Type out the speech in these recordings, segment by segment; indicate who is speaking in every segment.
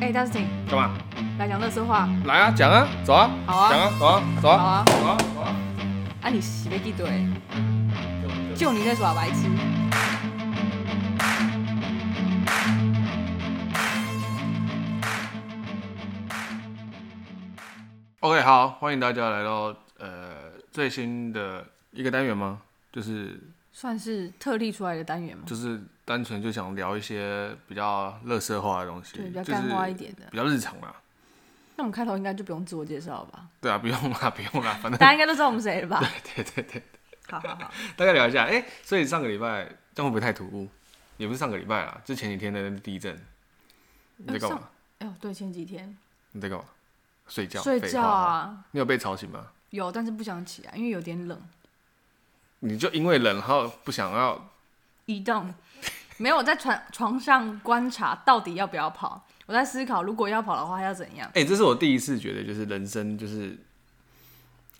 Speaker 1: 哎、大师请
Speaker 2: 干嘛？
Speaker 1: 来讲乐色话，
Speaker 2: 来啊，讲啊，走啊，
Speaker 1: 好啊
Speaker 2: 讲啊，走啊，走
Speaker 1: 好
Speaker 2: 啊，
Speaker 1: 啊！
Speaker 2: 走啊，走啊。
Speaker 1: 啊，你洗被地怼，就你在耍
Speaker 2: 啊
Speaker 1: 白痴。
Speaker 2: OK，好，欢迎大家来到呃最新的一个单元吗？就是
Speaker 1: 算是特例出来的单元嘛，
Speaker 2: 就是单纯就想聊一些比较乐色化的东西，
Speaker 1: 对，比较
Speaker 2: 就是
Speaker 1: 干花一点的。
Speaker 2: 比较日常啦。
Speaker 1: 那我们开头应该就不用自我介绍了 吧？
Speaker 2: 对啊，不用啦，不用啦，反正
Speaker 1: 大家应该都知道我们谁了 吧？
Speaker 2: 对对对，
Speaker 1: 好好好，
Speaker 2: 大概聊一下。哎、所以上个礼拜这样会不会太突兀？也不是上个礼拜啦，就前几天的地震。你在干嘛
Speaker 1: 上？哎呦，对，前几天
Speaker 2: 你在干嘛？睡觉？
Speaker 1: 睡
Speaker 2: 废
Speaker 1: 觉
Speaker 2: 话
Speaker 1: 啊，
Speaker 2: 你有被吵醒吗？
Speaker 1: 有，但是不想起来，因为有点冷，
Speaker 2: 你就因为冷，然后不想要
Speaker 1: 移动。 没有，我在床床上观察到底要不要跑，我在思考如果要跑的话要怎样。
Speaker 2: 哎、这是我第一次觉得，就是人生就是，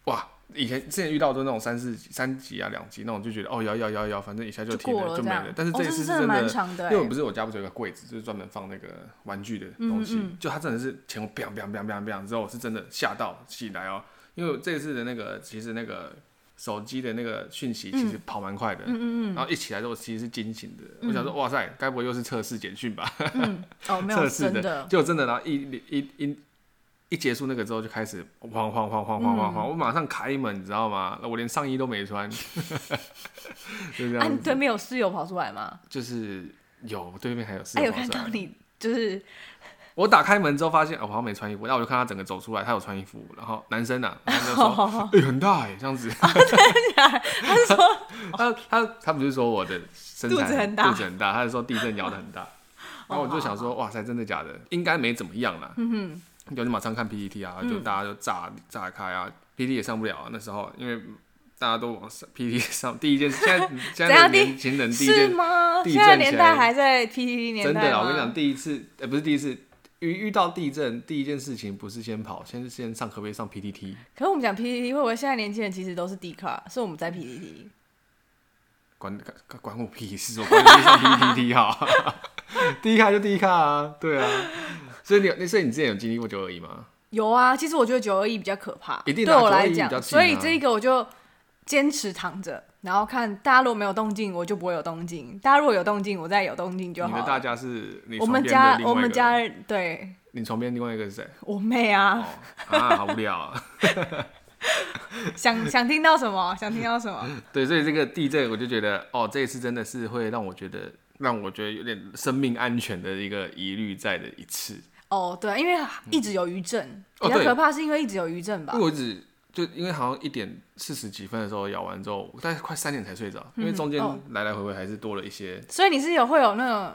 Speaker 2: 哇，以前之前遇到的那种三四三级啊、两级那种，就觉得哦摇摇摇摇，反正一下就
Speaker 1: 就
Speaker 2: 停
Speaker 1: 过
Speaker 2: 了
Speaker 1: 了
Speaker 2: 就
Speaker 1: 这
Speaker 2: 没
Speaker 1: 样
Speaker 2: 了。但是
Speaker 1: 哦
Speaker 2: 这一
Speaker 1: 这
Speaker 2: 次
Speaker 1: 是
Speaker 2: 是
Speaker 1: 真的
Speaker 2: 真
Speaker 1: 蛮
Speaker 2: 的，
Speaker 1: 长的
Speaker 2: 因为
Speaker 1: 欸
Speaker 2: 我不是我家不是有个柜子，就是专门放那个玩具的东西，
Speaker 1: 嗯嗯
Speaker 2: 就它真的是前后 biang biang biang biang biang 之后，我是真的吓到起来哦，因为我这次的那个其实那个手机的那个讯息其实跑蛮快的。
Speaker 1: 嗯嗯
Speaker 2: 然后一起来之后，其实是惊醒的。我想说，哇塞，该不会又是测试简讯吧？
Speaker 1: 嗯嗯，哦，没有
Speaker 2: 测试
Speaker 1: 真
Speaker 2: 的，就真的，然后一一一一结束那个之后就开始晃晃晃晃晃晃
Speaker 1: 嗯
Speaker 2: 晃，我马上开门，你知道吗？我连上衣都没穿， 就这
Speaker 1: 啊，你
Speaker 2: 样，
Speaker 1: 对面有室友跑出来吗？
Speaker 2: 就是有对面还有室
Speaker 1: 哎、
Speaker 2: 友
Speaker 1: 有
Speaker 2: 跑
Speaker 1: 看
Speaker 2: 出
Speaker 1: 到
Speaker 2: 来。
Speaker 1: 你就是
Speaker 2: 我打开门之后发现，哦，我好像没穿衣服，然后我就看他整个走出来，他有穿衣服，然后男生啊，他就
Speaker 1: 哦
Speaker 2: 说，哎，很大哎，这样子。他说，他他他不是说我的身材
Speaker 1: 哦肚子很大哦
Speaker 2: 肚子很大，他是说地震摇的很 大。然后我就想说，哇塞，真的假的？应该没怎么样啦。嗯哼，就马上看 PPT
Speaker 1: 嗯
Speaker 2: 啊，就大家就炸、炸开啊，PPT 也上不了啊。那时候因为大家都往上 PPT 上，第一件现在现在的
Speaker 1: 样第
Speaker 2: 年轻人第一
Speaker 1: 是
Speaker 2: 件
Speaker 1: 吗？
Speaker 2: 地
Speaker 1: 现在
Speaker 2: 震
Speaker 1: 年
Speaker 2: 起
Speaker 1: 代
Speaker 2: 来
Speaker 1: 还在 PPT 年
Speaker 2: 真
Speaker 1: 代
Speaker 2: 的啦，
Speaker 1: 吗
Speaker 2: 我跟你讲，，第一次呃不是第一次。遇遇到地震，第一件事情不是先跑，先先上可不可以上 PPT？
Speaker 1: 可是我们讲 PPT，会不会现在年轻人其实都是 D 卡，是我们在 PPT？
Speaker 2: 管管管我屁事，我管你去上 PPT 哈。 第一咖就第一咖啊，对啊。所以你有，那所以你之前有经历过九二一吗？
Speaker 1: 有啊，其实我觉得九二一比较可怕，
Speaker 2: 一定的
Speaker 1: 对
Speaker 2: 啊
Speaker 1: 我来
Speaker 2: 921比
Speaker 1: 讲，
Speaker 2: 较近
Speaker 1: 所以
Speaker 2: 啊
Speaker 1: 这个我就坚持躺着，然后看大家如果没有动静，我就不会有动静；大家如果有动静，我再有动静就
Speaker 2: 你的
Speaker 1: 好
Speaker 2: 大
Speaker 1: 了。
Speaker 2: 家是你
Speaker 1: 我
Speaker 2: 床
Speaker 1: 们
Speaker 2: 边的
Speaker 1: 家
Speaker 2: 另外
Speaker 1: 我
Speaker 2: 一
Speaker 1: 们
Speaker 2: 个
Speaker 1: 家人对
Speaker 2: 你床边另外一个是谁？
Speaker 1: 我妹
Speaker 2: 哦
Speaker 1: 啊，
Speaker 2: 啊，好无聊啊。 哦
Speaker 1: 想想听到什么，想听到什么。
Speaker 2: 对，所以这个地震，我就觉得哦，这一次真的是会让我觉得，让我觉得有点生命安全的一个疑虑在的一次。
Speaker 1: 哦，对，因为一直有余震，
Speaker 2: 嗯哦
Speaker 1: 比较
Speaker 2: 对
Speaker 1: 可怕是因为一直有余震吧
Speaker 2: 因为？我一直就因为好像一点四十几分的时候咬完之后，我大概快三点才睡着，因为中间
Speaker 1: 哦
Speaker 2: 来来回回还是多了一些
Speaker 1: 所以你是有会有那种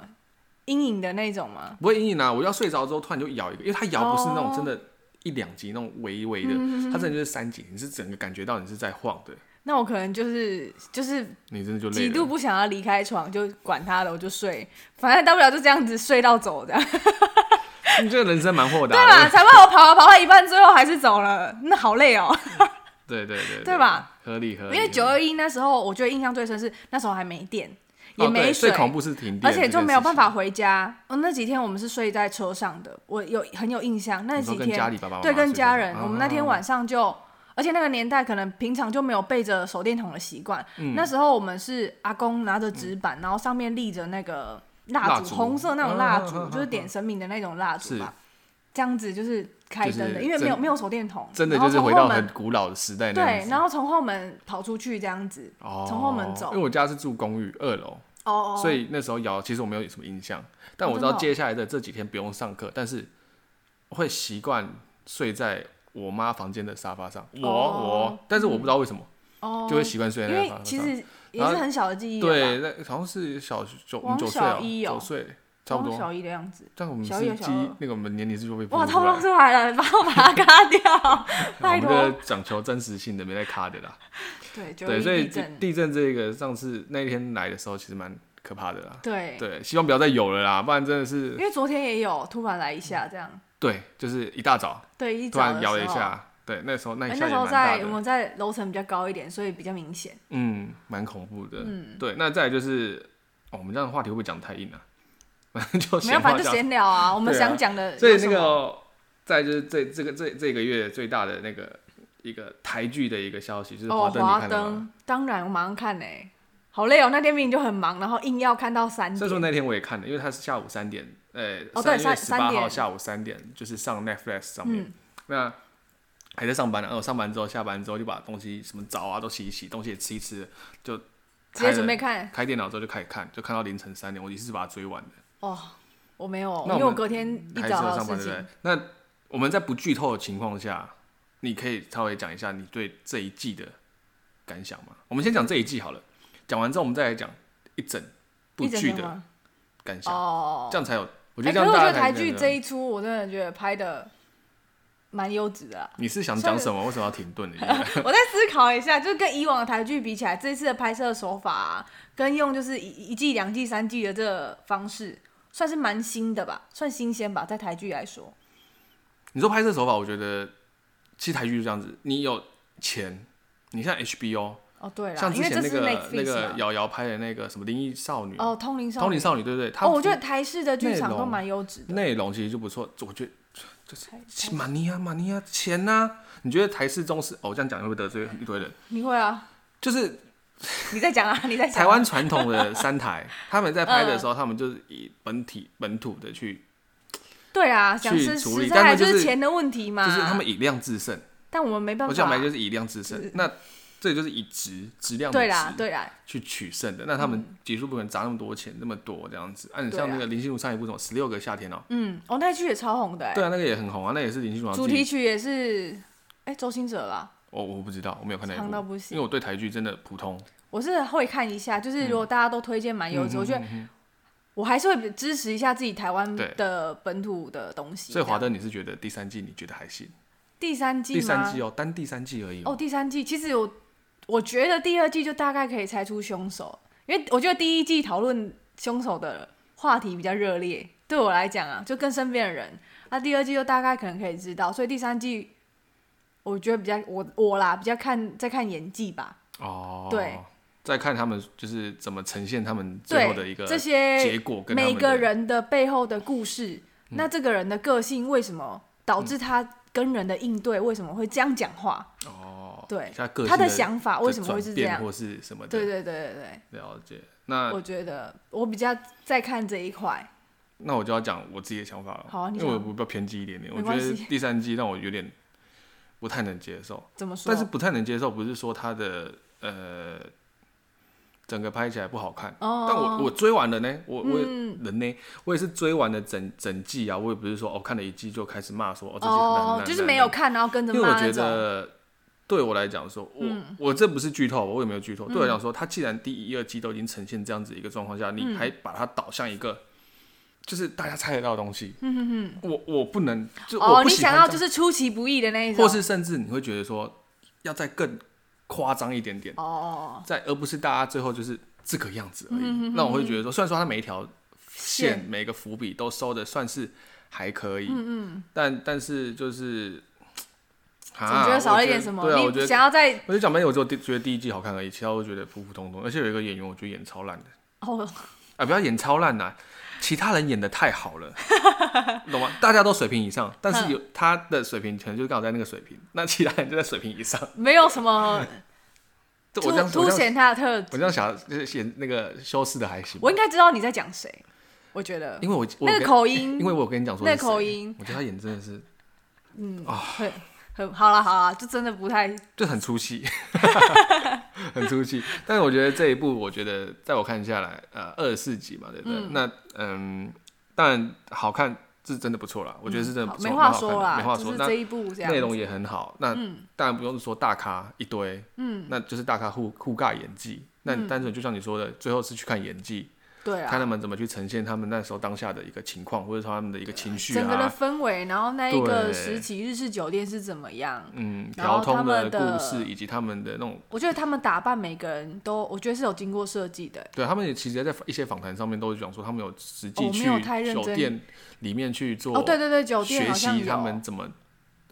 Speaker 1: 阴影的那种吗？
Speaker 2: 不会阴影啊！我要睡着之后突然就咬一个，因为它咬不是那种真
Speaker 1: 哦
Speaker 2: 的，一两级那种微微
Speaker 1: 嗯
Speaker 2: 的，它真的就是三级，你是整个感觉到你是在晃的，
Speaker 1: 那我可能就是就是
Speaker 2: 你真的就累
Speaker 1: 极度
Speaker 2: 了。
Speaker 1: 不想要离开床，就管他的，我就睡，反正大不了就这样子睡到走的，
Speaker 2: 你这个人生蛮豁
Speaker 1: 对
Speaker 2: 达
Speaker 1: 吧？
Speaker 2: 的，
Speaker 1: 才怕我跑啊跑到一半，最后还是走了，那好
Speaker 2: 哎
Speaker 1: 累哦。
Speaker 2: 对对对，
Speaker 1: 对吧？
Speaker 2: 合理合
Speaker 1: 因
Speaker 2: 理。
Speaker 1: 为九二一那时候，我觉得印象最深是那时候还没电，也
Speaker 2: 哦对
Speaker 1: 没水，
Speaker 2: 最恐怖是停电，
Speaker 1: 而且就没有办法。回家。哦，那几天我们是睡在车上的，我有很有印象。那
Speaker 2: 你说
Speaker 1: 几
Speaker 2: 跟家
Speaker 1: 天
Speaker 2: 里爸爸妈妈
Speaker 1: 对跟家人，
Speaker 2: 哦睡啊
Speaker 1: 我们那天晚上就，而且那个年代可能平常就没有背着手电筒的习惯。
Speaker 2: 嗯
Speaker 1: 那时候我们是阿公拿着纸板，然后上面立着那个蜡
Speaker 2: 蜡
Speaker 1: 烛，
Speaker 2: 烛
Speaker 1: 红色那种蜡烛，
Speaker 2: 啊啊啊啊
Speaker 1: 就是点神明的那种蜡烛
Speaker 2: 是
Speaker 1: 吧。这样子就是开灯的，
Speaker 2: 就是
Speaker 1: 因为没有
Speaker 2: 真
Speaker 1: 没有手电筒，
Speaker 2: 真的
Speaker 1: 然后
Speaker 2: 就是
Speaker 1: 从
Speaker 2: 回
Speaker 1: 后
Speaker 2: 到
Speaker 1: 门
Speaker 2: 很古老的时代那样
Speaker 1: 对，
Speaker 2: 子。
Speaker 1: 然后从后门跑出去这样子，
Speaker 2: 哦
Speaker 1: 从后门走
Speaker 2: 因为我家是住公寓二楼，
Speaker 1: 哦哦，
Speaker 2: 所以那时候摇，其实我没有什么印象，但
Speaker 1: 哦
Speaker 2: 我知
Speaker 1: 真
Speaker 2: 道
Speaker 1: 的哦
Speaker 2: 接下来的这几天不用上课，但是会习惯睡在我妈房间的沙发上。
Speaker 1: 哦
Speaker 2: 我、我，但是我不知道为什么、
Speaker 1: 哦，
Speaker 2: 就会习惯睡在
Speaker 1: 因
Speaker 2: 那
Speaker 1: 为
Speaker 2: 沙发
Speaker 1: 其
Speaker 2: 上。
Speaker 1: 实也
Speaker 2: 然
Speaker 1: 是
Speaker 2: 后
Speaker 1: 很小的记忆了吧，
Speaker 2: 对，那好像是小九
Speaker 1: 王
Speaker 2: 九岁
Speaker 1: 小
Speaker 2: 哦，
Speaker 1: 一哦
Speaker 2: 九岁差不
Speaker 1: 从
Speaker 2: 多。
Speaker 1: 小一的样子。
Speaker 2: 但我们
Speaker 1: 小一
Speaker 2: 是
Speaker 1: 有小
Speaker 2: 记忆
Speaker 1: 二
Speaker 2: 那个我们年龄是就被
Speaker 1: 哇，
Speaker 2: 分
Speaker 1: 透
Speaker 2: 出来
Speaker 1: 露出来了，帮我把它 卡掉，
Speaker 2: 我
Speaker 1: 拜
Speaker 2: 们
Speaker 1: 托。
Speaker 2: 的讲求真实性的，没在卡的啦。
Speaker 1: 对，九
Speaker 2: 对，
Speaker 1: 一
Speaker 2: 所以
Speaker 1: 地
Speaker 2: 地
Speaker 1: 震，
Speaker 2: 地震这个上次那一天来的时候，其实蛮可怕的啦。
Speaker 1: 对，
Speaker 2: 对，希望不要再有了啦，不然真的是
Speaker 1: 因为昨天也有突然来一下这样，
Speaker 2: 对，就是一大早
Speaker 1: 对，一
Speaker 2: 嗯突
Speaker 1: 早
Speaker 2: 然
Speaker 1: 的
Speaker 2: 摇了一
Speaker 1: 时候。
Speaker 2: 下，对，那时候那
Speaker 1: 哎
Speaker 2: 一下
Speaker 1: 那
Speaker 2: 也
Speaker 1: 时候
Speaker 2: 蛮大
Speaker 1: 在
Speaker 2: 的，
Speaker 1: 我们在楼层比较高一点，所以比较明显。
Speaker 2: 嗯，蛮恐怖的，
Speaker 1: 嗯
Speaker 2: 对。那再来就是，哦，我们这样的话题会不会讲太硬啊？ 反正
Speaker 1: 没
Speaker 2: 就
Speaker 1: 有，
Speaker 2: 闲
Speaker 1: 反
Speaker 2: 话
Speaker 1: 正就
Speaker 2: 家
Speaker 1: 闲聊啊，我们
Speaker 2: 对啊
Speaker 1: 想讲的有什
Speaker 2: 所
Speaker 1: 么。
Speaker 2: 以那个在就是这这个这这个月最大的那个一个台剧的一个消息就是
Speaker 1: 哦，
Speaker 2: 华灯，你
Speaker 1: 华
Speaker 2: 看到吗？
Speaker 1: 灯，当然我马上看呢、好累哦，那天明明就很忙，然后硬要看到三
Speaker 2: 所以说
Speaker 1: 点。
Speaker 2: 那天我也看了，因为它是下午三点，呃、
Speaker 1: 哦对
Speaker 2: 3月十
Speaker 1: 三
Speaker 2: 八
Speaker 1: 3
Speaker 2: 号
Speaker 1: 点
Speaker 2: 下午三点，就是上 Netflix 上面。
Speaker 1: 嗯，
Speaker 2: 那还在上班呢，然后上班之后下班之后就把东西什么澡啊都洗一洗，东西也吃一吃，就
Speaker 1: 直接准备看。
Speaker 2: 开电脑之后就开始看，就看到凌晨三点，我一次把它追完的，
Speaker 1: 哦，我没有，
Speaker 2: 那
Speaker 1: 因
Speaker 2: 我们
Speaker 1: 为我隔天一
Speaker 2: 还是
Speaker 1: 早还
Speaker 2: 要
Speaker 1: 有
Speaker 2: 上班
Speaker 1: 事
Speaker 2: 对不对
Speaker 1: 情。？
Speaker 2: 那我们在不剧透的情况下，你可以稍微讲一下你对这一季的感想吗？我们先讲这一季好了，讲完之后我们再来讲一整部
Speaker 1: 一整
Speaker 2: 剧
Speaker 1: 天
Speaker 2: 的
Speaker 1: 吗？
Speaker 2: 感想，
Speaker 1: 哦，
Speaker 2: 这样才有。我
Speaker 1: 我
Speaker 2: 觉得这
Speaker 1: 可是
Speaker 2: 样
Speaker 1: 我觉
Speaker 2: 大家
Speaker 1: 得
Speaker 2: 才
Speaker 1: 台
Speaker 2: 能
Speaker 1: 剧
Speaker 2: 了
Speaker 1: 这一出，我真的觉得拍的蛮优质的啊、
Speaker 2: 你是想讲什么？为什么要停顿？你
Speaker 1: 我在思考一下，就跟以往的台剧比起来，这次的拍摄手法啊、跟用就是一一季、两季、三季的这个方式，算是蛮新的吧，算新鲜吧，在台剧来说。
Speaker 2: 你说拍摄手法，我觉得其实台剧就这样子，你有钱，你像 HBO，
Speaker 1: 哦，对啦，
Speaker 2: 像
Speaker 1: 因
Speaker 2: 之
Speaker 1: 为这
Speaker 2: 前那
Speaker 1: 是
Speaker 2: 个
Speaker 1: Netflix
Speaker 2: 那个
Speaker 1: 嘛
Speaker 2: 瑶瑶拍的那个什么《灵异少女》
Speaker 1: 哦，通灵
Speaker 2: 《
Speaker 1: 少
Speaker 2: 通灵
Speaker 1: 女
Speaker 2: 少女》，对对，她
Speaker 1: 哦，我觉得台式的剧场
Speaker 2: 内
Speaker 1: 都
Speaker 2: 容
Speaker 1: 蛮优质的。
Speaker 2: 内容其实就不错，我觉得
Speaker 1: 台
Speaker 2: 就是马尼亚马尼亚钱呐、你觉得台式中式哦，这样讲会不会得罪一堆人？
Speaker 1: 你会啊？
Speaker 2: 就是
Speaker 1: 你在讲啊？你在讲啊
Speaker 2: 台湾传统的三台，他们在拍的时候，他们就是以本体本土的去，
Speaker 1: 对啊，想
Speaker 2: 去
Speaker 1: 吃
Speaker 2: 处理
Speaker 1: 实
Speaker 2: 但
Speaker 1: 在
Speaker 2: 是就
Speaker 1: 就是是钱的问题嘛。
Speaker 2: 就是他们以量制胜。
Speaker 1: 但我们没办
Speaker 2: 我
Speaker 1: 法。
Speaker 2: 想白就是以量制胜，那这就是以质质量
Speaker 1: 嗯
Speaker 2: 的
Speaker 1: 对啦，
Speaker 2: 质
Speaker 1: 对啦，
Speaker 2: 去取胜的。那他们集数不可能砸那么多钱，那么多这样子。按、你
Speaker 1: 对
Speaker 2: 像那
Speaker 1: 啊
Speaker 2: 个林心如上一部什么《十六个夏天》哦，
Speaker 1: 嗯，哦，那剧也超红的哎、
Speaker 2: 对啊，那个也很红啊，那也是林心如
Speaker 1: 主
Speaker 2: 自己
Speaker 1: 题曲也是，哎、周星哲吧，
Speaker 2: 我我不知道，我没有看那一
Speaker 1: 唱到
Speaker 2: 部，
Speaker 1: 不
Speaker 2: 因
Speaker 1: 行。
Speaker 2: 为我对台剧真的普通。
Speaker 1: 我是会看一下，就是
Speaker 2: 嗯
Speaker 1: 如果大家都推荐蛮优质，我觉得我还是会支持一下自己台湾
Speaker 2: 对
Speaker 1: 的本土的东西。
Speaker 2: 所以
Speaker 1: 这样
Speaker 2: 华灯，你是觉得第三季你觉得还行？
Speaker 1: 第三季吗？
Speaker 2: 第三季哦，单第三季而已
Speaker 1: 哦，第三季其实我我觉得第二季就大概可以猜出凶手，因为我觉得第一季讨论凶手的话题比较热烈，对我来讲啊，就跟身边的人，那、第二季就大概可能可以知道，所以第三季我觉得比较我我啦比较看在看演技吧，
Speaker 2: 哦，
Speaker 1: 对，
Speaker 2: 再看他们就是怎么呈现他们最后的
Speaker 1: 对
Speaker 2: 一个
Speaker 1: 这
Speaker 2: 结
Speaker 1: 些
Speaker 2: 果跟他
Speaker 1: 每
Speaker 2: 们
Speaker 1: 个
Speaker 2: 的嗯
Speaker 1: 人的背后的故事，那这个人的个性为什么导致他跟人的应对为什么会这样讲话，
Speaker 2: 哦，
Speaker 1: 对
Speaker 2: 他个
Speaker 1: 他
Speaker 2: 性
Speaker 1: 的
Speaker 2: 的
Speaker 1: 想法为什么会是
Speaker 2: 转
Speaker 1: 这
Speaker 2: 变
Speaker 1: 样？
Speaker 2: 或是什么的，
Speaker 1: 对对对对对。
Speaker 2: 了解。那
Speaker 1: 我觉得我比较在看这一块，
Speaker 2: 那我就要讲我自己的想法了，
Speaker 1: 好啊你
Speaker 2: 因为我
Speaker 1: 讲
Speaker 2: 比较偏激一点点，我
Speaker 1: 没
Speaker 2: 觉
Speaker 1: 关系
Speaker 2: 得第三季让我有点不太能接受。
Speaker 1: 怎么说？
Speaker 2: 但是不太能接受，不是说它的呃整个拍起来不好看，
Speaker 1: 哦
Speaker 2: 但我我追完了呢，我我也、
Speaker 1: 嗯
Speaker 2: 人呢，我也是追完了整整季啊，我也不是说哦看了一季就开始骂说哦这些烂
Speaker 1: 哦
Speaker 2: 烂，
Speaker 1: 就是
Speaker 2: 烂
Speaker 1: 没有看，然后跟着
Speaker 2: 烂因为我
Speaker 1: 骂那
Speaker 2: 觉
Speaker 1: 种。嗯
Speaker 2: 得对我来讲说，我、我这不是剧透，我也没有剧透，对我来讲说，它既然第一、二季都已经呈现这样子一个状况下，
Speaker 1: 嗯
Speaker 2: 你还把它导向一个。就是大家猜得到的东西，嗯嗯嗯，我我不能，就我
Speaker 1: 哦，
Speaker 2: 不
Speaker 1: 你
Speaker 2: 喜
Speaker 1: 想
Speaker 2: 欢这样
Speaker 1: 要就是出其不意的那一种，
Speaker 2: 或是甚至你会觉得说，要再更夸张一点点，
Speaker 1: 哦哦
Speaker 2: 再而不是大家最后就是这个样子而
Speaker 1: 嗯
Speaker 2: 已。那我会觉得说，虽然说它每一条线、
Speaker 1: 线
Speaker 2: 每个伏笔都收的算是还可以，嗯嗯，但但是就是，
Speaker 1: 哦，
Speaker 2: 啊，
Speaker 1: 总觉得少了一点
Speaker 2: 我觉
Speaker 1: 什
Speaker 2: 得
Speaker 1: 么？
Speaker 2: 对啊，我觉
Speaker 1: 你
Speaker 2: 得。
Speaker 1: 想要在
Speaker 2: 我就讲没有，我只有第觉得第一季好看而已，其他我觉得普普通通。而且有一个演员，我觉得演超烂的
Speaker 1: 哦，
Speaker 2: 啊，不要演超烂啦、其他人演的太 好了，你懂吗？大家都水平以上，但
Speaker 1: 嗯
Speaker 2: 是有他的水平可能就刚好在那个水平，那其他人就在水平以上。
Speaker 1: 没有什么
Speaker 2: 这
Speaker 1: 凸
Speaker 2: 我这样我
Speaker 1: 凸
Speaker 2: 这样
Speaker 1: 显他的特
Speaker 2: 我
Speaker 1: 质。
Speaker 2: 这样想，就是显那个修饰的还行吧。
Speaker 1: 我应该知道你在讲谁，我觉得
Speaker 2: 因为我我
Speaker 1: 那
Speaker 2: 跟
Speaker 1: 个口音
Speaker 2: 因为我有跟你讲说
Speaker 1: 那
Speaker 2: 是
Speaker 1: 个口
Speaker 2: 谁
Speaker 1: 音，
Speaker 2: 我觉得他演真的是
Speaker 1: 很很好了好了，就真的不太
Speaker 2: 就很出 戏，很出戏。但是我觉得这一部，我觉得在我看下来，呃，二十四集嘛，对不对？那嗯，当然好看是真的不错啦，我觉得是真的
Speaker 1: 嗯好
Speaker 2: 不错，
Speaker 1: 没
Speaker 2: 蛮
Speaker 1: 话
Speaker 2: 好看
Speaker 1: 说
Speaker 2: 的
Speaker 1: 啦，
Speaker 2: 没话
Speaker 1: 就
Speaker 2: 说。
Speaker 1: 是
Speaker 2: 那
Speaker 1: 这一部这样嗯
Speaker 2: 内容也很好，那当然不用说大咖一堆，嗯，那就是大咖互互尬演技。那你单纯就像你说的，最后是去看演技，
Speaker 1: 嗯对啊
Speaker 2: 看，他们怎么去呈现他们那时候当下的一个情况，或者说他们的一个情绪
Speaker 1: 整个的
Speaker 2: 啊，
Speaker 1: 氛围，然后那一
Speaker 2: 对
Speaker 1: 个时期日式酒店是怎么样？
Speaker 2: 嗯，
Speaker 1: 然后
Speaker 2: 调通
Speaker 1: 他们
Speaker 2: 故
Speaker 1: 的
Speaker 2: 事以及他们的那种，
Speaker 1: 我觉得他们打扮每个人都，我觉得是有经过设计的。
Speaker 2: 对他们也其实在一些访谈上面都讲说，他们有实际
Speaker 1: 哦
Speaker 2: 去
Speaker 1: 没有太认
Speaker 2: 酒
Speaker 1: 真
Speaker 2: 店里面去做
Speaker 1: 哦，对对对，酒店
Speaker 2: 学
Speaker 1: 好像
Speaker 2: 习他们
Speaker 1: 有。
Speaker 2: 怎么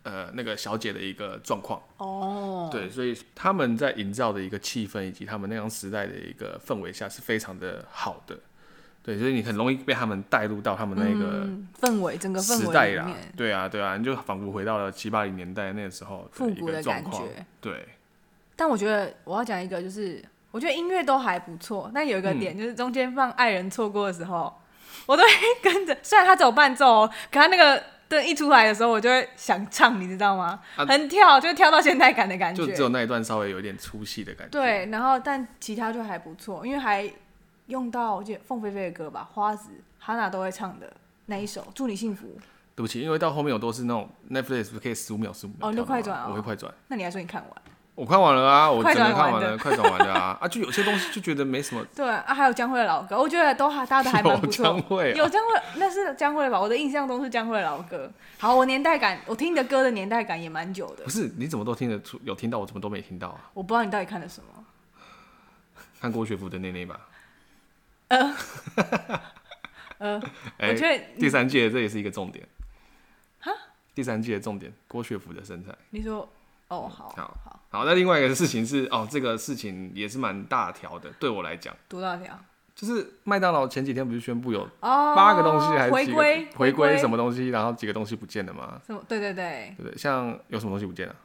Speaker 2: 呃那个小姐的一个状况。
Speaker 1: 哦，
Speaker 2: 对，所以他们在营造的一个气氛，以及他们那样时代的一个氛围下，是非常的好的。对，所以你很容易被他们带入到他们那个
Speaker 1: 嗯氛围，整个氛
Speaker 2: 时代
Speaker 1: 围里
Speaker 2: 啦
Speaker 1: 面，，
Speaker 2: 对啊，对啊，你就仿佛回到了七八零年代那个时候
Speaker 1: 复
Speaker 2: 一
Speaker 1: 古
Speaker 2: 个
Speaker 1: 的
Speaker 2: 状
Speaker 1: 感
Speaker 2: 况，
Speaker 1: 觉。
Speaker 2: 对，
Speaker 1: 但我觉得我要讲一个，就是我觉得音乐都还不错，但有一个点、
Speaker 2: 嗯
Speaker 1: 就是中间放《爱人错过》的时候，我都会跟着，虽然他走伴奏哦，可他那个灯一出来的时候，我就会想唱，你知道吗？
Speaker 2: 啊
Speaker 1: 很跳，就跳到现代感的感
Speaker 2: 就
Speaker 1: 觉。
Speaker 2: 只有那一段稍微有一点出戏的感觉。
Speaker 1: 对，然后但其他就还不错，因为还用到我记得凤飞飞的歌吧，《花子》哈娜都会唱的那一首《祝你幸福》。
Speaker 2: 对不起，因为到后面我都是那种 Netflix 不可以十五秒、十五秒
Speaker 1: 哦你
Speaker 2: 跳
Speaker 1: 就
Speaker 2: 的
Speaker 1: 快
Speaker 2: 吗
Speaker 1: 转哦
Speaker 2: 我会快转，
Speaker 1: 那你还说你看完？
Speaker 2: 我看完了啊，我
Speaker 1: 快
Speaker 2: 整
Speaker 1: 转
Speaker 2: 个看
Speaker 1: 完
Speaker 2: 完
Speaker 1: 的
Speaker 2: 了，快转完了啊，啊，就有些东西就觉得没什么，
Speaker 1: 对啊，还有江蕙的老歌，我觉得都还搭的还蛮不
Speaker 2: 有
Speaker 1: 错。
Speaker 2: 将会啊
Speaker 1: 有江蕙，那是江蕙吧？我的印象中是江蕙的老歌。好，我年代感，我听的歌的年代感也蛮久的
Speaker 2: 不。是你怎么都听得出，有听到我怎么都没听到啊？
Speaker 1: 我不知道你到底看的什么。
Speaker 2: 看郭学福的内内吧，
Speaker 1: 呃，
Speaker 2: 哎、
Speaker 1: 我觉得
Speaker 2: 第三届这也是一个重点。第三届的重点，郭学福的身材。
Speaker 1: 你说，哦，好，
Speaker 2: 好
Speaker 1: 好，
Speaker 2: 好，那另外一个事情是，哦，这个事情也是蛮大条的，对我来讲，
Speaker 1: 读到条
Speaker 2: 就是麦当劳前几天不是宣布有
Speaker 1: 哦，
Speaker 2: 八个东西还是
Speaker 1: 回
Speaker 2: 几个
Speaker 1: 归
Speaker 2: 回归什
Speaker 1: 么
Speaker 2: 么东西，然后几个东西不见了吗？
Speaker 1: 什么？对对对，
Speaker 2: 对不对？像有什么东西不见了？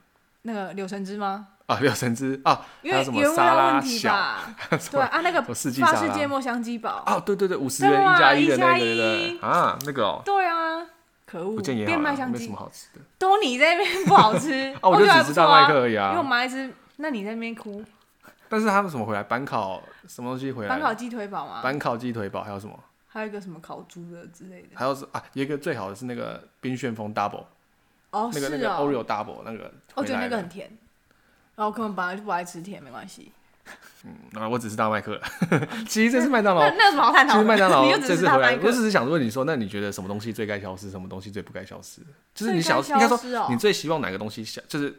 Speaker 1: 那个柳橙汁吗？
Speaker 2: 啊，柳橙汁啊，
Speaker 1: 因
Speaker 2: 还
Speaker 1: 为
Speaker 2: 有什么
Speaker 1: 原物
Speaker 2: 沙
Speaker 1: 料
Speaker 2: 拉
Speaker 1: 问题
Speaker 2: 小
Speaker 1: 吧？
Speaker 2: 什
Speaker 1: 对
Speaker 2: 么
Speaker 1: 啊，那个
Speaker 2: 什么世纪
Speaker 1: 法
Speaker 2: 沙
Speaker 1: 式
Speaker 2: 拉
Speaker 1: 芥末香鸡堡，
Speaker 2: 哦，对对对，五十
Speaker 1: 对
Speaker 2: 元一加
Speaker 1: 啊
Speaker 2: 一的
Speaker 1: 一
Speaker 2: 那
Speaker 1: 加
Speaker 2: 个，对不对
Speaker 1: 一
Speaker 2: 啊，那个哦，
Speaker 1: 对啊，可恶，
Speaker 2: 不见也
Speaker 1: 变
Speaker 2: 好
Speaker 1: 卖
Speaker 2: 了，
Speaker 1: 香
Speaker 2: 没什
Speaker 1: 鸡
Speaker 2: 么，好吃的
Speaker 1: 都你在那边不好
Speaker 2: ，
Speaker 1: 吃
Speaker 2: 啊，我就
Speaker 1: 觉得还
Speaker 2: 只
Speaker 1: 不
Speaker 2: 知
Speaker 1: 错
Speaker 2: 道
Speaker 1: 啊
Speaker 2: 那个而已
Speaker 1: 因为我
Speaker 2: 啊。
Speaker 1: 们爱吃，那你在那边哭，
Speaker 2: 但是他们怎么回来？板烤什么东西回
Speaker 1: 板
Speaker 2: 来？
Speaker 1: 烤鸡腿堡嘛，
Speaker 2: 板烤鸡腿堡还有什么？
Speaker 1: 还有一个什么烤猪的之类的。
Speaker 2: 还有是啊，有一个最好的是那个冰旋风 double，
Speaker 1: 哦，
Speaker 2: 那个
Speaker 1: 是
Speaker 2: 那个
Speaker 1: 哦
Speaker 2: Oreo double 那个
Speaker 1: 我
Speaker 2: 回
Speaker 1: 觉得那
Speaker 2: 来
Speaker 1: 个
Speaker 2: 了
Speaker 1: 很。甜，然后我根本本来就不爱吃甜，没关系。
Speaker 2: 嗯啊，我只是大麦克 了。其实这是麦当劳
Speaker 1: 那， 那有什么好探
Speaker 2: 其
Speaker 1: 讨
Speaker 2: 实
Speaker 1: 的？
Speaker 2: 哦麦当劳
Speaker 1: 你就
Speaker 2: 这
Speaker 1: 只
Speaker 2: 次
Speaker 1: 是大
Speaker 2: 回来，
Speaker 1: 麦克
Speaker 2: 我，只是想问你说，那你觉得什么东西最该消失，什么东西最不该消失？就是你
Speaker 1: 最该
Speaker 2: 想，
Speaker 1: 消
Speaker 2: 应该说
Speaker 1: 失哦
Speaker 2: 你最希望哪个东西消，就是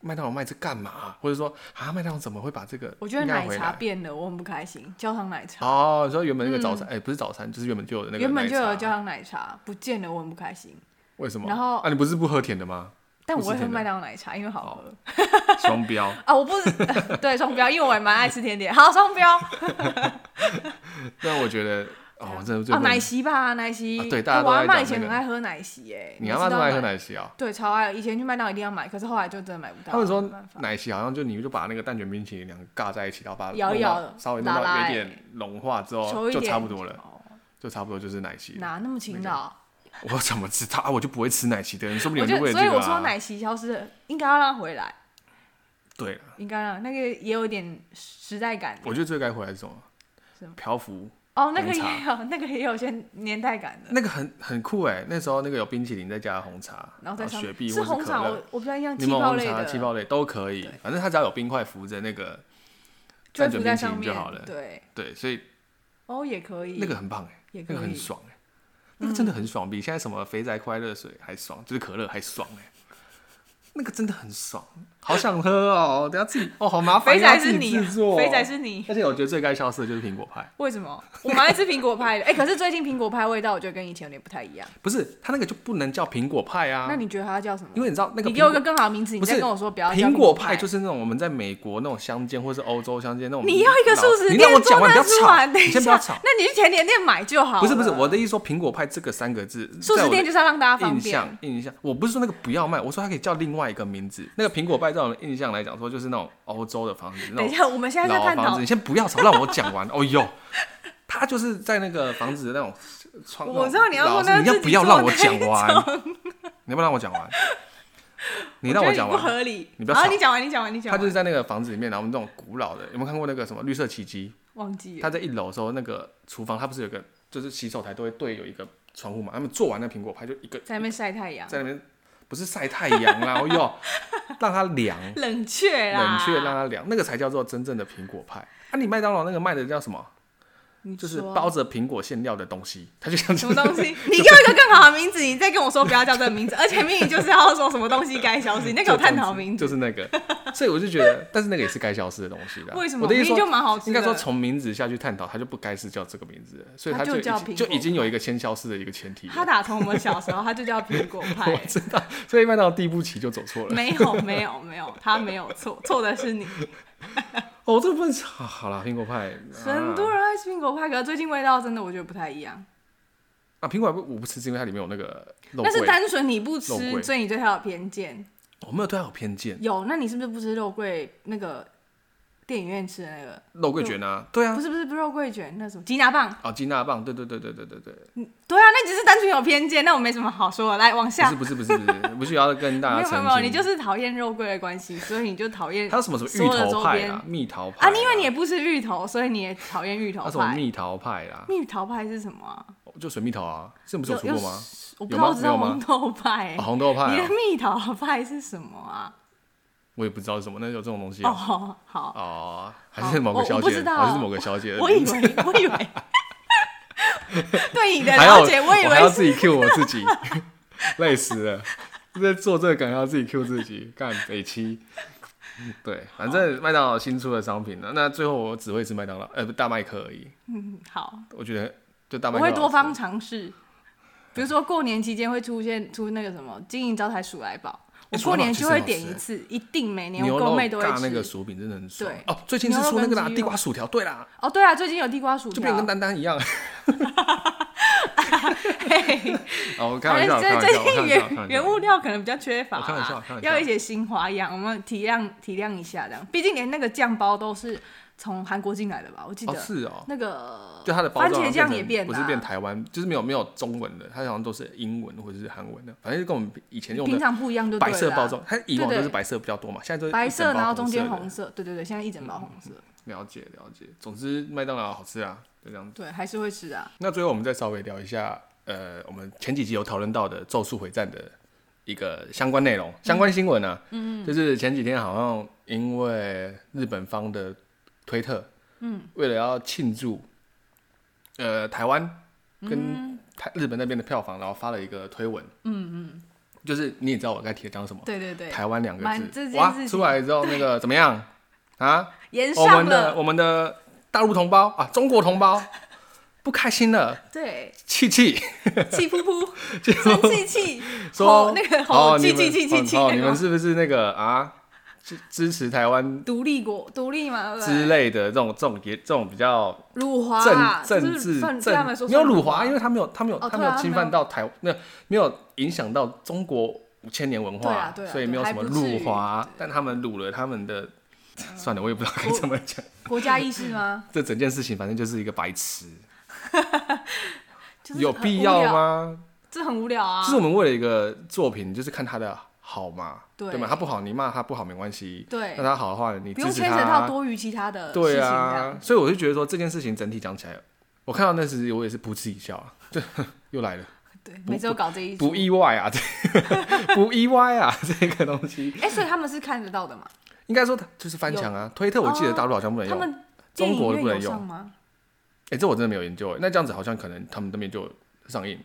Speaker 2: 麦当劳卖这干嘛？或者说啊，麦当劳怎么会把这个
Speaker 1: 我觉得
Speaker 2: 硬要
Speaker 1: 奶
Speaker 2: 回
Speaker 1: 茶
Speaker 2: 来？
Speaker 1: 变了，我很不开心。焦糖奶茶
Speaker 2: 哦，你说原本那个早餐，哎，不是早餐，就是原本就有的那个
Speaker 1: 嗯原本
Speaker 2: 奶
Speaker 1: 就有
Speaker 2: 茶
Speaker 1: 焦糖奶茶，不见了，我很不开心。
Speaker 2: 为什么？
Speaker 1: 然后
Speaker 2: 啊，你不是不喝甜的吗？
Speaker 1: 但
Speaker 2: 不
Speaker 1: 我
Speaker 2: 是
Speaker 1: 会喝
Speaker 2: 甜的哦
Speaker 1: 麦当劳奶茶，因为好喝
Speaker 2: 双标。
Speaker 1: 啊！我不 对双标，因为我也蛮爱吃甜点。好，双标
Speaker 2: 那我觉得，哦， 我 真的最
Speaker 1: 哦，
Speaker 2: 不能
Speaker 1: 奶昔吧，奶昔。
Speaker 2: 啊对大家都
Speaker 1: 我阿
Speaker 2: 在
Speaker 1: 嬷
Speaker 2: 讲
Speaker 1: 以前
Speaker 2: 那
Speaker 1: 很
Speaker 2: 个
Speaker 1: 爱喝奶昔诶，
Speaker 2: 你
Speaker 1: 每
Speaker 2: 阿
Speaker 1: 次
Speaker 2: 妈
Speaker 1: 都
Speaker 2: 这
Speaker 1: 要
Speaker 2: 么爱喝
Speaker 1: 买？
Speaker 2: 奶昔啊？
Speaker 1: 对，超爱。以前去麦当劳一定要买，可是后来就真的买不到。
Speaker 2: 他们说
Speaker 1: 哦没办法
Speaker 2: 奶昔好像就你就把那个蛋卷冰淇淋两个尬在一起，然后把它
Speaker 1: 摇一
Speaker 2: 弄
Speaker 1: 摇
Speaker 2: 到稍微弄到
Speaker 1: 拉
Speaker 2: 有
Speaker 1: 拉
Speaker 2: 一
Speaker 1: 欸
Speaker 2: 点融化之
Speaker 1: 求
Speaker 2: 后
Speaker 1: 一
Speaker 2: 哦就
Speaker 1: 点
Speaker 2: 差不多了，
Speaker 1: 哦
Speaker 2: 就差不多就是奶昔了。
Speaker 1: 哪那么勤劳？
Speaker 2: 我怎么知道啊？我就不会吃奶昔的人，说不定
Speaker 1: 我
Speaker 2: 有人
Speaker 1: 就
Speaker 2: 就为了
Speaker 1: 所以
Speaker 2: 这个、啊、
Speaker 1: 我说奶昔消失了，应该要让它回来，
Speaker 2: 对了，
Speaker 1: 应该让那个也有点时代感
Speaker 2: 我觉得最该回来是什么
Speaker 1: 什么？
Speaker 2: 漂浮
Speaker 1: 哦，那个
Speaker 2: 红茶
Speaker 1: 也有， 那个也有些年代感的。
Speaker 2: 那个很很酷哎，那时候那个有冰淇淋再加红茶，
Speaker 1: 然后
Speaker 2: 再
Speaker 1: 在上
Speaker 2: 哦雪
Speaker 1: 面
Speaker 2: 碧
Speaker 1: 是
Speaker 2: 或
Speaker 1: 红
Speaker 2: 可
Speaker 1: 茶，我
Speaker 2: 乐、
Speaker 1: 我比较像
Speaker 2: 柠
Speaker 1: 气
Speaker 2: 檬
Speaker 1: 泡
Speaker 2: 红
Speaker 1: 类
Speaker 2: 茶、
Speaker 1: 的，
Speaker 2: 气泡类都可以
Speaker 1: 对，
Speaker 2: 反正它只要有冰块浮着那个
Speaker 1: 就会
Speaker 2: 蛋卷
Speaker 1: 浮
Speaker 2: 冰
Speaker 1: 在
Speaker 2: 淇
Speaker 1: 上
Speaker 2: 淋
Speaker 1: 面
Speaker 2: 就好了。
Speaker 1: 对，
Speaker 2: 对，所以
Speaker 1: 哦也可以，
Speaker 2: 那个很棒哎，
Speaker 1: 也可以，嗯
Speaker 2: 那个很爽哎，那个真的很爽，比现在什么肥宅快乐水还爽，就是可乐还爽哎。那个真的很爽，好想喝哦！等下自己哦，好麻烦，
Speaker 1: 肥仔
Speaker 2: 要自
Speaker 1: 是
Speaker 2: 己
Speaker 1: 你啊
Speaker 2: 制作，哦
Speaker 1: 肥仔是你，
Speaker 2: 而且我觉得最该消失的就是苹果派，
Speaker 1: 为什么？我蛮爱吃苹果派的，哎，可是最近苹果派味道我觉得跟以前有点不太一样。
Speaker 2: 不是它那个就不能叫苹果派啊，
Speaker 1: 那你觉得它叫什么？
Speaker 2: 因为你知道那个
Speaker 1: 你给我
Speaker 2: 苹
Speaker 1: 一
Speaker 2: 果
Speaker 1: 个更好的名字，你
Speaker 2: 不是
Speaker 1: 再跟我说不要叫
Speaker 2: 苹
Speaker 1: 果
Speaker 2: 果派就是是那种我们在美国那种乡间或是欧洲乡间那种，
Speaker 1: 你要一个
Speaker 2: 老
Speaker 1: 素食
Speaker 2: 你
Speaker 1: 店
Speaker 2: 让我
Speaker 1: 做
Speaker 2: 讲完，
Speaker 1: 那
Speaker 2: 不要
Speaker 1: 出来，
Speaker 2: 吵，
Speaker 1: 等
Speaker 2: 你
Speaker 1: 一
Speaker 2: 先
Speaker 1: 下，
Speaker 2: 不要吵，
Speaker 1: 那你去甜点店买就好了。
Speaker 2: 不是不是，我的意思说苹果派这个三个字，
Speaker 1: 素食店就是要让大家
Speaker 2: 在我
Speaker 1: 方
Speaker 2: 的印
Speaker 1: 便。
Speaker 2: 象印象，我不是说那个不要卖，我说它可以叫另外一个名字，那个苹果派在我的印象来讲说就是那种欧洲的房子，那
Speaker 1: 等一
Speaker 2: 种
Speaker 1: 下，我们现在在
Speaker 2: 老
Speaker 1: 探
Speaker 2: 房子，
Speaker 1: 讨
Speaker 2: 你，先不要吵，让我讲完，哦哟。它就是在那个房子的那种窗，
Speaker 1: 我
Speaker 2: 那种
Speaker 1: 知道你要说
Speaker 2: 老式
Speaker 1: 那
Speaker 2: 你要
Speaker 1: 自己
Speaker 2: 不要
Speaker 1: 做
Speaker 2: 让我
Speaker 1: 那
Speaker 2: 讲
Speaker 1: 一
Speaker 2: 完？你要不要让我 讲完？你让
Speaker 1: 觉
Speaker 2: 我
Speaker 1: 得
Speaker 2: 讲
Speaker 1: 不
Speaker 2: 完，
Speaker 1: 合理。
Speaker 2: 你不要
Speaker 1: 好
Speaker 2: 吵
Speaker 1: 你讲完，你讲完，你讲
Speaker 2: 他
Speaker 1: 完。
Speaker 2: 就是在那个房子里面，然后那种古老的，有没有看过那个什么绿色奇迹？
Speaker 1: 忘记了
Speaker 2: 他在一楼的时候，那个厨房它不是有个就是洗手台都会对有一个窗户嘛？他们做完那苹果派就一个
Speaker 1: 在那边晒太阳，
Speaker 2: 在那边不是晒太阳啦， 哦哟，让它凉，
Speaker 1: 冷却啦，
Speaker 2: 冷却让它凉，那个才叫做真正的苹果派。啊，你麦当劳那个卖的叫什么？
Speaker 1: 你
Speaker 2: 就是
Speaker 1: 说
Speaker 2: 包着苹果馅料的东西，它就像
Speaker 1: 什么东 西？你给我一个更好的名字，你再跟我说不要叫这个名字，而且明明就是要说什么东西该消失，你再给我探讨名字，
Speaker 2: 就是那个，所以我就觉 得，但是那个也是该消失的东西啦。
Speaker 1: 为什么？
Speaker 2: 我的意
Speaker 1: 明
Speaker 2: 思
Speaker 1: 明
Speaker 2: 说
Speaker 1: 就蛮好吃
Speaker 2: 应
Speaker 1: 的。
Speaker 2: 该说从名字下去探讨，它就不该是叫这个名字了，所以
Speaker 1: 它
Speaker 2: 就
Speaker 1: 就
Speaker 2: 已
Speaker 1: 叫
Speaker 2: 经
Speaker 1: 苹
Speaker 2: 就
Speaker 1: 果
Speaker 2: 已经有一个先消失的一个前提
Speaker 1: 他
Speaker 2: 了。
Speaker 1: 打从我们小时候，他就叫苹果派
Speaker 2: 我。知道，所以麦当劳第一步棋就走错了。
Speaker 1: 没有，没有，没有，他没有错，错的是你。
Speaker 2: 哦，这部分是啊好啦，苹果派
Speaker 1: 很多人爱吃苹果派，可是最近味道真的我觉得不太一样。
Speaker 2: 啊，苹果派我不吃，是因为它里面有那个肉
Speaker 1: 那是
Speaker 2: 桂。
Speaker 1: 单纯你不
Speaker 2: 肉
Speaker 1: 吃，
Speaker 2: 桂
Speaker 1: 所以你对它有偏见。
Speaker 2: 我哦没有对它有偏见，
Speaker 1: 有，那你是不是不吃肉桂那个电影院吃的那个？
Speaker 2: 肉桂卷啊，对啊
Speaker 1: 不，是不是不是肉桂卷，那什么吉拿棒？
Speaker 2: 啊，金娜棒，对对对对对对对，
Speaker 1: 对啊，那只是单纯有偏见，那我没什么好说的。来往下，
Speaker 2: 不是不是不是不是，不需要跟 大
Speaker 1: 没
Speaker 2: 家
Speaker 1: 有
Speaker 2: 澄
Speaker 1: 没有
Speaker 2: 清。
Speaker 1: 没有，你就是讨厌肉桂的关系，所以你就讨厌
Speaker 2: 它有什么什么
Speaker 1: 所有的
Speaker 2: 芋头
Speaker 1: 周
Speaker 2: 派
Speaker 1: 边
Speaker 2: 啊，蜜桃派
Speaker 1: 啊。你因为你也不吃芋头，所以你也讨厌芋头
Speaker 2: 它什么
Speaker 1: 派。
Speaker 2: 蜜桃派啦，
Speaker 1: 蜜桃派是什么啊？
Speaker 2: 就水蜜桃啊，这不是有出
Speaker 1: 有
Speaker 2: 过吗？
Speaker 1: 我不知
Speaker 2: 有吗
Speaker 1: 道，我只知道
Speaker 2: 没有吗
Speaker 1: 红豆派、
Speaker 2: 哦红豆派
Speaker 1: 你
Speaker 2: 啊
Speaker 1: 的，蜜桃派是什么啊？
Speaker 2: 我也不知道是什么，那有这种东西啊
Speaker 1: 哦，好，
Speaker 2: 哦，还是某个
Speaker 1: 我
Speaker 2: 小
Speaker 1: 我不
Speaker 2: 姐，
Speaker 1: 知道啊
Speaker 2: 还是某个小姐，
Speaker 1: 我以为，我以 为，对你的
Speaker 2: 还要
Speaker 1: 了解，以
Speaker 2: 我还要
Speaker 1: 为
Speaker 2: 自己 Q 我自己， 累死了。在做这个梗还要自己 Q 自己，干北七。对，反正麦当劳新出的商品呢，那最后我只会吃麦当劳，呃，不大麦克而已。
Speaker 1: 嗯好，
Speaker 2: 我觉得就大麦
Speaker 1: 我
Speaker 2: 克
Speaker 1: 会
Speaker 2: 老
Speaker 1: 多
Speaker 2: 师
Speaker 1: 方尝试。比如说过年期间会出现出那个什么金银招财鼠来宝，我
Speaker 2: 哎鼠
Speaker 1: 过
Speaker 2: 来宝
Speaker 1: 年
Speaker 2: 其
Speaker 1: 就
Speaker 2: 实
Speaker 1: 会
Speaker 2: 好
Speaker 1: 点
Speaker 2: 吃
Speaker 1: 一
Speaker 2: 欸
Speaker 1: 次，一定每年
Speaker 2: 牛
Speaker 1: 我
Speaker 2: 肉
Speaker 1: 购妹都会
Speaker 2: 尬
Speaker 1: 吃。
Speaker 2: 那个薯饼真的很爽
Speaker 1: 对。
Speaker 2: 哦，最近是
Speaker 1: 牛肉
Speaker 2: 出那个
Speaker 1: 跟
Speaker 2: 啦，
Speaker 1: 鸡
Speaker 2: 地
Speaker 1: 肉
Speaker 2: 瓜薯条，对啦，
Speaker 1: 哦，对啊，最近有地瓜薯
Speaker 2: 就变
Speaker 1: 条
Speaker 2: 得跟。丹丹 一样。
Speaker 1: 嘿
Speaker 2: 哦， 我开玩
Speaker 1: 反
Speaker 2: 笑，
Speaker 1: 正哎最
Speaker 2: 我开玩笑，
Speaker 1: 最
Speaker 2: 我开
Speaker 1: 近
Speaker 2: 玩笑，我哦开
Speaker 1: 原
Speaker 2: 玩
Speaker 1: 原
Speaker 2: 笑
Speaker 1: 物料可能比较缺乏
Speaker 2: 我开玩笑
Speaker 1: 啦
Speaker 2: 我开，玩笑
Speaker 1: 要一些新花样，我们体谅体谅一下这样。毕竟连那个酱包都是从韩国进来的吧，我记
Speaker 2: 哦
Speaker 1: 得
Speaker 2: 是哦，
Speaker 1: 那个
Speaker 2: 就它的包
Speaker 1: 番
Speaker 2: 装
Speaker 1: 茄
Speaker 2: 好像
Speaker 1: 酱
Speaker 2: 成
Speaker 1: 也变
Speaker 2: 不
Speaker 1: 了
Speaker 2: 是
Speaker 1: 啊，
Speaker 2: 变台湾，就是没有没有中文的，它好像都是英文或者是韩文的，反正就跟我们以前用
Speaker 1: 平
Speaker 2: 的
Speaker 1: 常不一样就对
Speaker 2: 白色
Speaker 1: 了
Speaker 2: 包装，它以往
Speaker 1: 对对
Speaker 2: 都是白色比较多嘛，现在都是
Speaker 1: 白
Speaker 2: 一整
Speaker 1: 色，
Speaker 2: 包
Speaker 1: 然后中
Speaker 2: 色
Speaker 1: 间
Speaker 2: 的嗯
Speaker 1: 红色，对对对，现在一整包红色，
Speaker 2: 了解了解，总之麦当劳好吃啊，就这样子。
Speaker 1: 对，还是会吃的啊。
Speaker 2: 那最后我们再稍微聊一下，呃，我们前几集有讨论到的《咒术回战》的一个相关内容、相关新闻啊，嗯，就是前几天好像因为日本方的推特，嗯，为了要庆祝，呃，台湾
Speaker 1: 嗯
Speaker 2: 跟台、日本那边的票房，然后发了一个推文，嗯嗯，就是你也知道我该提的讲什么，
Speaker 1: 对对对，
Speaker 2: 台湾两个
Speaker 1: 蛮这
Speaker 2: 字，
Speaker 1: 件
Speaker 2: 哇
Speaker 1: 事，情
Speaker 2: 出来之后那个怎么 样啊？
Speaker 1: 延
Speaker 2: 我
Speaker 1: 上
Speaker 2: 们的
Speaker 1: 了，
Speaker 2: 我们的大陆同胞啊，中国同胞 不开心了，
Speaker 1: 对，
Speaker 2: 气气
Speaker 1: 气噗 噗，生气气，吼
Speaker 2: 说
Speaker 1: 那个吼
Speaker 2: 哦，
Speaker 1: 气
Speaker 2: 你
Speaker 1: 气
Speaker 2: 们
Speaker 1: 气气气，
Speaker 2: 哦，
Speaker 1: 那
Speaker 2: 你
Speaker 1: 个
Speaker 2: 们
Speaker 1: 吗
Speaker 2: 是不是那个啊支支持台湾
Speaker 1: 独立国独立嘛，对不对
Speaker 2: 之类的这种这种也这种比较
Speaker 1: 辱华
Speaker 2: 政
Speaker 1: 啊
Speaker 2: 政
Speaker 1: 就是
Speaker 2: 治
Speaker 1: 算对他们说
Speaker 2: 政没有
Speaker 1: 算
Speaker 2: 辱华，因为他没有他没有
Speaker 1: 哦
Speaker 2: 他
Speaker 1: 对
Speaker 2: 没
Speaker 1: 啊
Speaker 2: 有侵
Speaker 1: 没有
Speaker 2: 犯到台那没有影响到中国五千年文
Speaker 1: 对
Speaker 2: 化
Speaker 1: 啊对，啊
Speaker 2: 所以没有
Speaker 1: 对
Speaker 2: 什么
Speaker 1: 还不至于嗯
Speaker 2: 辱华，但他们辱了他们的。算了，我也不知道该怎么讲。
Speaker 1: 国家意识吗？
Speaker 2: 这整件事情反正就是一个白痴，
Speaker 1: 就是
Speaker 2: 有
Speaker 1: 很
Speaker 2: 必
Speaker 1: 无
Speaker 2: 要
Speaker 1: 聊？
Speaker 2: 吗？
Speaker 1: 这很无聊啊
Speaker 2: 就。是我们为了一个作品，就是看它的好嘛，
Speaker 1: 对
Speaker 2: 吗？它不好，你骂它不好没关系，
Speaker 1: 对
Speaker 2: 那，它好的话，你
Speaker 1: 不用
Speaker 2: 支持
Speaker 1: 牵扯到
Speaker 2: 它，
Speaker 1: 多余其他的事情
Speaker 2: 对
Speaker 1: 这
Speaker 2: 啊
Speaker 1: 样。。
Speaker 2: 所以我就觉得说这件事情整体讲起来，我看到那时我也是噗嗤一笑啊， 这又来了，
Speaker 1: 对，每次都搞这一出
Speaker 2: 不。意外啊，这 不意外啊，这个东西
Speaker 1: 哎，所以他们是看得到的嘛？
Speaker 2: 应该说它就是翻墙啊。推特我记得
Speaker 1: 哦
Speaker 2: 大陆好像不能
Speaker 1: 他
Speaker 2: 用，哎、
Speaker 1: 们电影
Speaker 2: 中国
Speaker 1: 院
Speaker 2: 不能
Speaker 1: 有
Speaker 2: 用
Speaker 1: 上吗？
Speaker 2: 这我真的没有研究哎。那这样子好像可能他们那边就上映，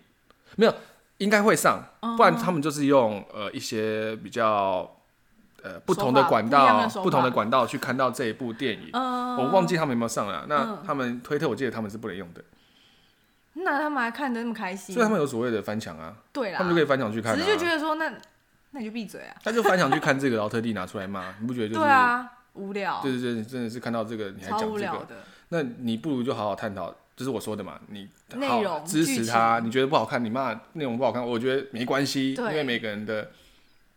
Speaker 2: 没有，应该会上，
Speaker 1: 哦
Speaker 2: 不然他们就是用呃一些比较呃不同的
Speaker 1: 手法
Speaker 2: 管
Speaker 1: 不一样
Speaker 2: 道
Speaker 1: 的手法
Speaker 2: 同的管道去看到这一部电影。
Speaker 1: 嗯，
Speaker 2: 我忘记他们有没有上了啊。那他们推特，我记得他们是不能用的，
Speaker 1: 嗯那他们还看得那么开心，
Speaker 2: 所以他们有所谓的翻墙啊，
Speaker 1: 对啦，
Speaker 2: 他们就可以翻墙去看、啊。
Speaker 1: 只是就觉得说，那那你就闭嘴啊，
Speaker 2: 他就翻墙去看这个，然后特地拿出来骂，你不觉得就是？
Speaker 1: 对啊，无聊，
Speaker 2: 对对对，真的是看到这个你还
Speaker 1: 超
Speaker 2: 讲
Speaker 1: 无
Speaker 2: 这
Speaker 1: 聊
Speaker 2: 个，
Speaker 1: 的，
Speaker 2: 那你不如就好好探讨，就是我说的嘛，你
Speaker 1: 内
Speaker 2: 好
Speaker 1: 容
Speaker 2: 支
Speaker 1: 剧
Speaker 2: 持他，
Speaker 1: 情
Speaker 2: 你觉得不好看，你骂内容不好看，我觉得没关系，因
Speaker 1: 对
Speaker 2: 为每个人的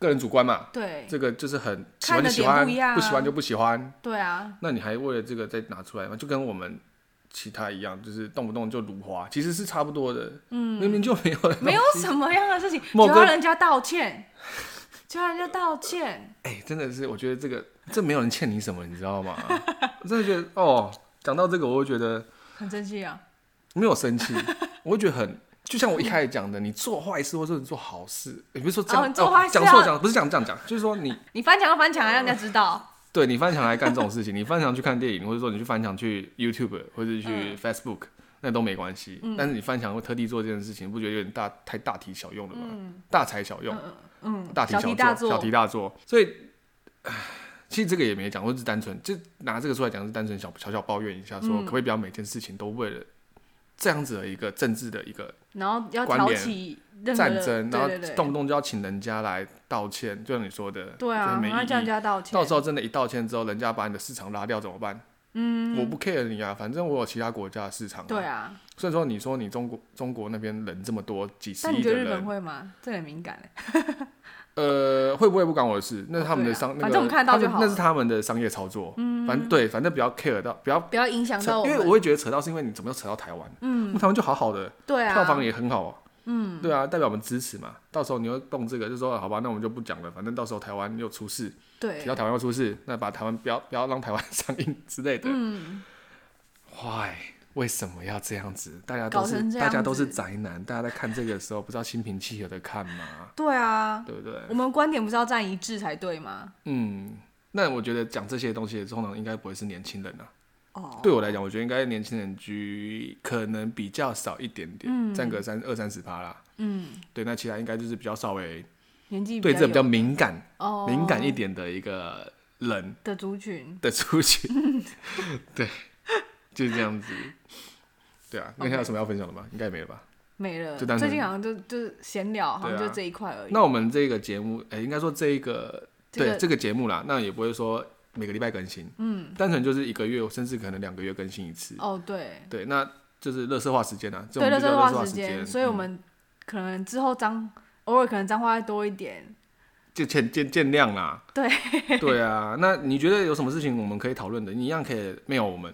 Speaker 2: 个人主观嘛，
Speaker 1: 对
Speaker 2: 这个就是很喜
Speaker 1: 看
Speaker 2: 欢
Speaker 1: 的
Speaker 2: 就喜
Speaker 1: 点不
Speaker 2: 欢，
Speaker 1: 一样啊
Speaker 2: 不喜欢就不喜欢，
Speaker 1: 对 啊，
Speaker 2: 那你还为了这个再拿出来吗？就跟我们其他一样，就是动不动就辱华，其实是差不多的。嗯，明明就没有人
Speaker 1: 没有什么样的事情，就
Speaker 2: 某个
Speaker 1: 要人家道歉，就要人家道歉，
Speaker 2: 哎、真的是，我觉得这个这没有人欠你什么，你知道吗？我真的觉得哦，讲到这个，我会觉得
Speaker 1: 很生气啊，
Speaker 2: 没有生气， 我会觉得很。就像我一开始讲的，你做坏事或者你做好事，也不是说这样
Speaker 1: 哦你做坏事
Speaker 2: 讲
Speaker 1: 啊
Speaker 2: 错讲不是讲这样讲，就是说你
Speaker 1: 你翻墙要翻墙啊，让人家知道，
Speaker 2: 对你翻墙来干这种事情，你 翻墙去看电影，或者说你去翻墙去 YouTube 或者
Speaker 1: 嗯
Speaker 2: 去 Facebook，、那都没关系。但是你翻墙会特地做这件事情，不觉得有点大太大题小用了吗？大材小用，
Speaker 1: 嗯，
Speaker 2: 大题
Speaker 1: 小题大
Speaker 2: 做，小
Speaker 1: 做
Speaker 2: 题，大做。所以，唉其实这个也没讲，我
Speaker 1: 嗯
Speaker 2: 只是单纯就拿这个出来讲，是单纯小小小抱怨一下，说可不可以不要每件事情都为了这样子的一个政治的一个
Speaker 1: 然后要
Speaker 2: 关
Speaker 1: 挑
Speaker 2: 联
Speaker 1: 起任何
Speaker 2: 战
Speaker 1: 的
Speaker 2: 争，然后
Speaker 1: 对对对
Speaker 2: 动不动就要请人家来道歉，就像你说的，
Speaker 1: 对
Speaker 2: 真
Speaker 1: 啊
Speaker 2: 的，没
Speaker 1: 然后叫人
Speaker 2: 意义。
Speaker 1: 家道歉，
Speaker 2: 到时候真的，一道歉之后，人家把你的市场拉掉怎么办？嗯，我不 care 你啊，反正我有其他国家的市场、
Speaker 1: 对，啊，
Speaker 2: 所以说你说你中国中国那边人这么多，几十
Speaker 1: 但你
Speaker 2: 亿
Speaker 1: 觉
Speaker 2: 的
Speaker 1: 得日本
Speaker 2: 人，
Speaker 1: 会吗？这很敏感欸
Speaker 2: 呃，会不会不关我的事？那是他们的
Speaker 1: 对啊
Speaker 2: 商，那个
Speaker 1: 反正我们看得到就
Speaker 2: 他们
Speaker 1: 好
Speaker 2: 那是他们的商业操作。嗯，反正对，反正不要 care 到，不要
Speaker 1: 不要影响
Speaker 2: 扯
Speaker 1: 到我
Speaker 2: 因为
Speaker 1: 们，
Speaker 2: 我会觉得扯到是因为你怎么又扯到台湾？嗯，台湾就好好的，
Speaker 1: 对啊，
Speaker 2: 票房也很好、哦，嗯，对啊，代表我们支持嘛。到时候你又动这个，就说好吧，那我们就不讲了，反正到时候台湾又出事，提
Speaker 1: 对
Speaker 2: 到台湾又出事，那把台湾不要不要让台湾上映之类的。嗯，Why？为什么要这样子？大家都
Speaker 1: 搞
Speaker 2: 是
Speaker 1: 成这样
Speaker 2: 大
Speaker 1: 子
Speaker 2: 家都是宅男，大家在看这个的时候不知道心平气和的看吗？
Speaker 1: 对啊，
Speaker 2: 对不对？
Speaker 1: 我们观点不是要站一致才对吗？
Speaker 2: 嗯，那我觉得讲这些东西，通常应该不会是年轻人啊。
Speaker 1: 哦，
Speaker 2: 对我来讲，我觉得应该年轻人居可能比较少一点点，占个三二三十趴啦。
Speaker 1: 嗯，
Speaker 2: 对，那其他应该就是比较稍微
Speaker 1: 年纪
Speaker 2: 对这
Speaker 1: 有
Speaker 2: 比较敏感、
Speaker 1: 哦
Speaker 2: 敏感一点的一个 人
Speaker 1: 的族群，
Speaker 2: 的出去。 对，就是这样子。对啊，那
Speaker 1: OK
Speaker 2: 还有什么要分享的吗？应该没了吧？
Speaker 1: 没了，
Speaker 2: 就单纯
Speaker 1: 最近好像就就是闲聊，好像
Speaker 2: 对啊
Speaker 1: 就这一块而已。
Speaker 2: 那我们这个节目，哎、应该说这一个
Speaker 1: 这个
Speaker 2: 对这个节目啦，那也不会说每个礼拜更新，嗯，单纯就是一个月，甚至可能两个月更新一次。
Speaker 1: 哦，对，
Speaker 2: 对，那就是乐色化时间啊，这
Speaker 1: 对
Speaker 2: 种
Speaker 1: 了，
Speaker 2: 就
Speaker 1: 这
Speaker 2: 叫
Speaker 1: 是
Speaker 2: 垃圾
Speaker 1: 花
Speaker 2: 化
Speaker 1: 时
Speaker 2: 间，
Speaker 1: 间，所以我
Speaker 2: 嗯
Speaker 1: 们可能之后脏偶尔可能脏话会多一点。
Speaker 2: 就见见见谅啦。
Speaker 1: 对
Speaker 2: 对啊，那你觉得有什么事情我们可以讨论的？你一样可以 mail 我们，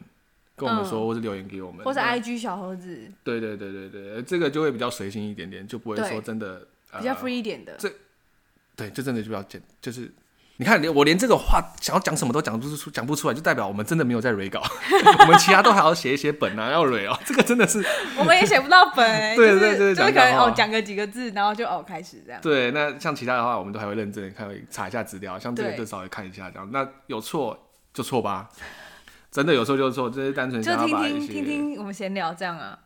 Speaker 2: 跟我们说，或是留言给我们，
Speaker 1: 嗯或者
Speaker 2: 那
Speaker 1: IG 小盒子
Speaker 2: 对对对对对，呃这个就会比较随心一点点，就不会
Speaker 1: 对
Speaker 2: 说真的呃
Speaker 1: 比较 free 一点的，
Speaker 2: 这对，就真的就比较简，就是。你看，连我连这个话想要讲什么都讲不出，讲不出来，就代表我们真的没有在 re 稿， 我们其他都还要写一写本啊，要 re 哦，这个真的是
Speaker 1: 我们也写不到本欸，
Speaker 2: 对
Speaker 1: 就
Speaker 2: 对
Speaker 1: 是就是
Speaker 2: 对讲
Speaker 1: 可能
Speaker 2: 干话
Speaker 1: 哦讲个几个字，然后就哦开始这样。
Speaker 2: 对，那像其他的话，我们都还会认真地看，会查一下资料，像这个
Speaker 1: 对
Speaker 2: 就稍微看一下这样。那有错就错吧，真的有错就错，这是单纯
Speaker 1: 就
Speaker 2: 想要
Speaker 1: 听
Speaker 2: 把一
Speaker 1: 听
Speaker 2: 些
Speaker 1: 听听我们闲聊这样 啊，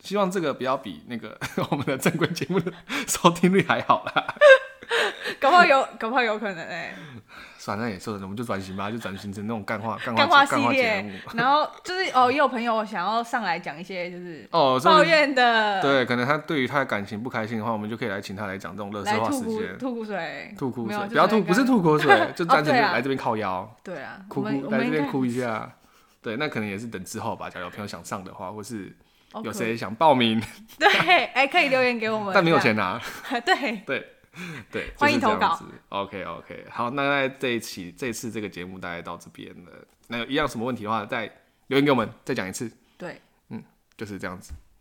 Speaker 2: 希望这个不要比那个 我们的正规节目的 收听率还好啦。
Speaker 1: 搞不好有，搞不好有可能哎、
Speaker 2: 算了，那也是，我们就转型吧，就转型成那种干话、干
Speaker 1: 干
Speaker 2: 话、
Speaker 1: 话
Speaker 2: 干
Speaker 1: 系
Speaker 2: 话节目
Speaker 1: 列。，然后就是哦，也有朋友想要上来讲一些就是
Speaker 2: 哦，这
Speaker 1: 抱
Speaker 2: 个
Speaker 1: 怨的，，
Speaker 2: 对，可能他对于他的感情不开心的话，我们就可以来请他来讲这种乐
Speaker 1: 来
Speaker 2: 色化
Speaker 1: 吐
Speaker 2: 时
Speaker 1: 苦
Speaker 2: 间，
Speaker 1: 吐苦水，
Speaker 2: 吐苦
Speaker 1: 没有
Speaker 2: 水，
Speaker 1: 就
Speaker 2: 不要
Speaker 1: 是
Speaker 2: 吐，
Speaker 1: 来
Speaker 2: 不是
Speaker 1: 干
Speaker 2: 吐 口水，就单纯
Speaker 1: 对
Speaker 2: 就
Speaker 1: 啊
Speaker 2: 来这边靠腰。
Speaker 1: 对啊，
Speaker 2: 哭
Speaker 1: 我们
Speaker 2: 哭
Speaker 1: 我们
Speaker 2: 来这
Speaker 1: 应
Speaker 2: 边
Speaker 1: 该
Speaker 2: 哭一下。对，那可能也是等之后吧。假如有朋友想上的话，或是
Speaker 1: 哦
Speaker 2: 有
Speaker 1: 可
Speaker 2: 谁想报名，
Speaker 1: 对，哎、可以留言给我们，
Speaker 2: 但没有
Speaker 1: 这
Speaker 2: 钱
Speaker 1: 样，
Speaker 2: 拿，
Speaker 1: 对，
Speaker 2: 对对，就是
Speaker 1: 欢迎
Speaker 2: 这
Speaker 1: 投
Speaker 2: 样
Speaker 1: 稿
Speaker 2: 子。OK OK，好，那在这一期这一次这个节目大概到这边了。那有一样什么问题的话，再留言给我们，再讲一次，
Speaker 1: 对，
Speaker 2: 就是这样子。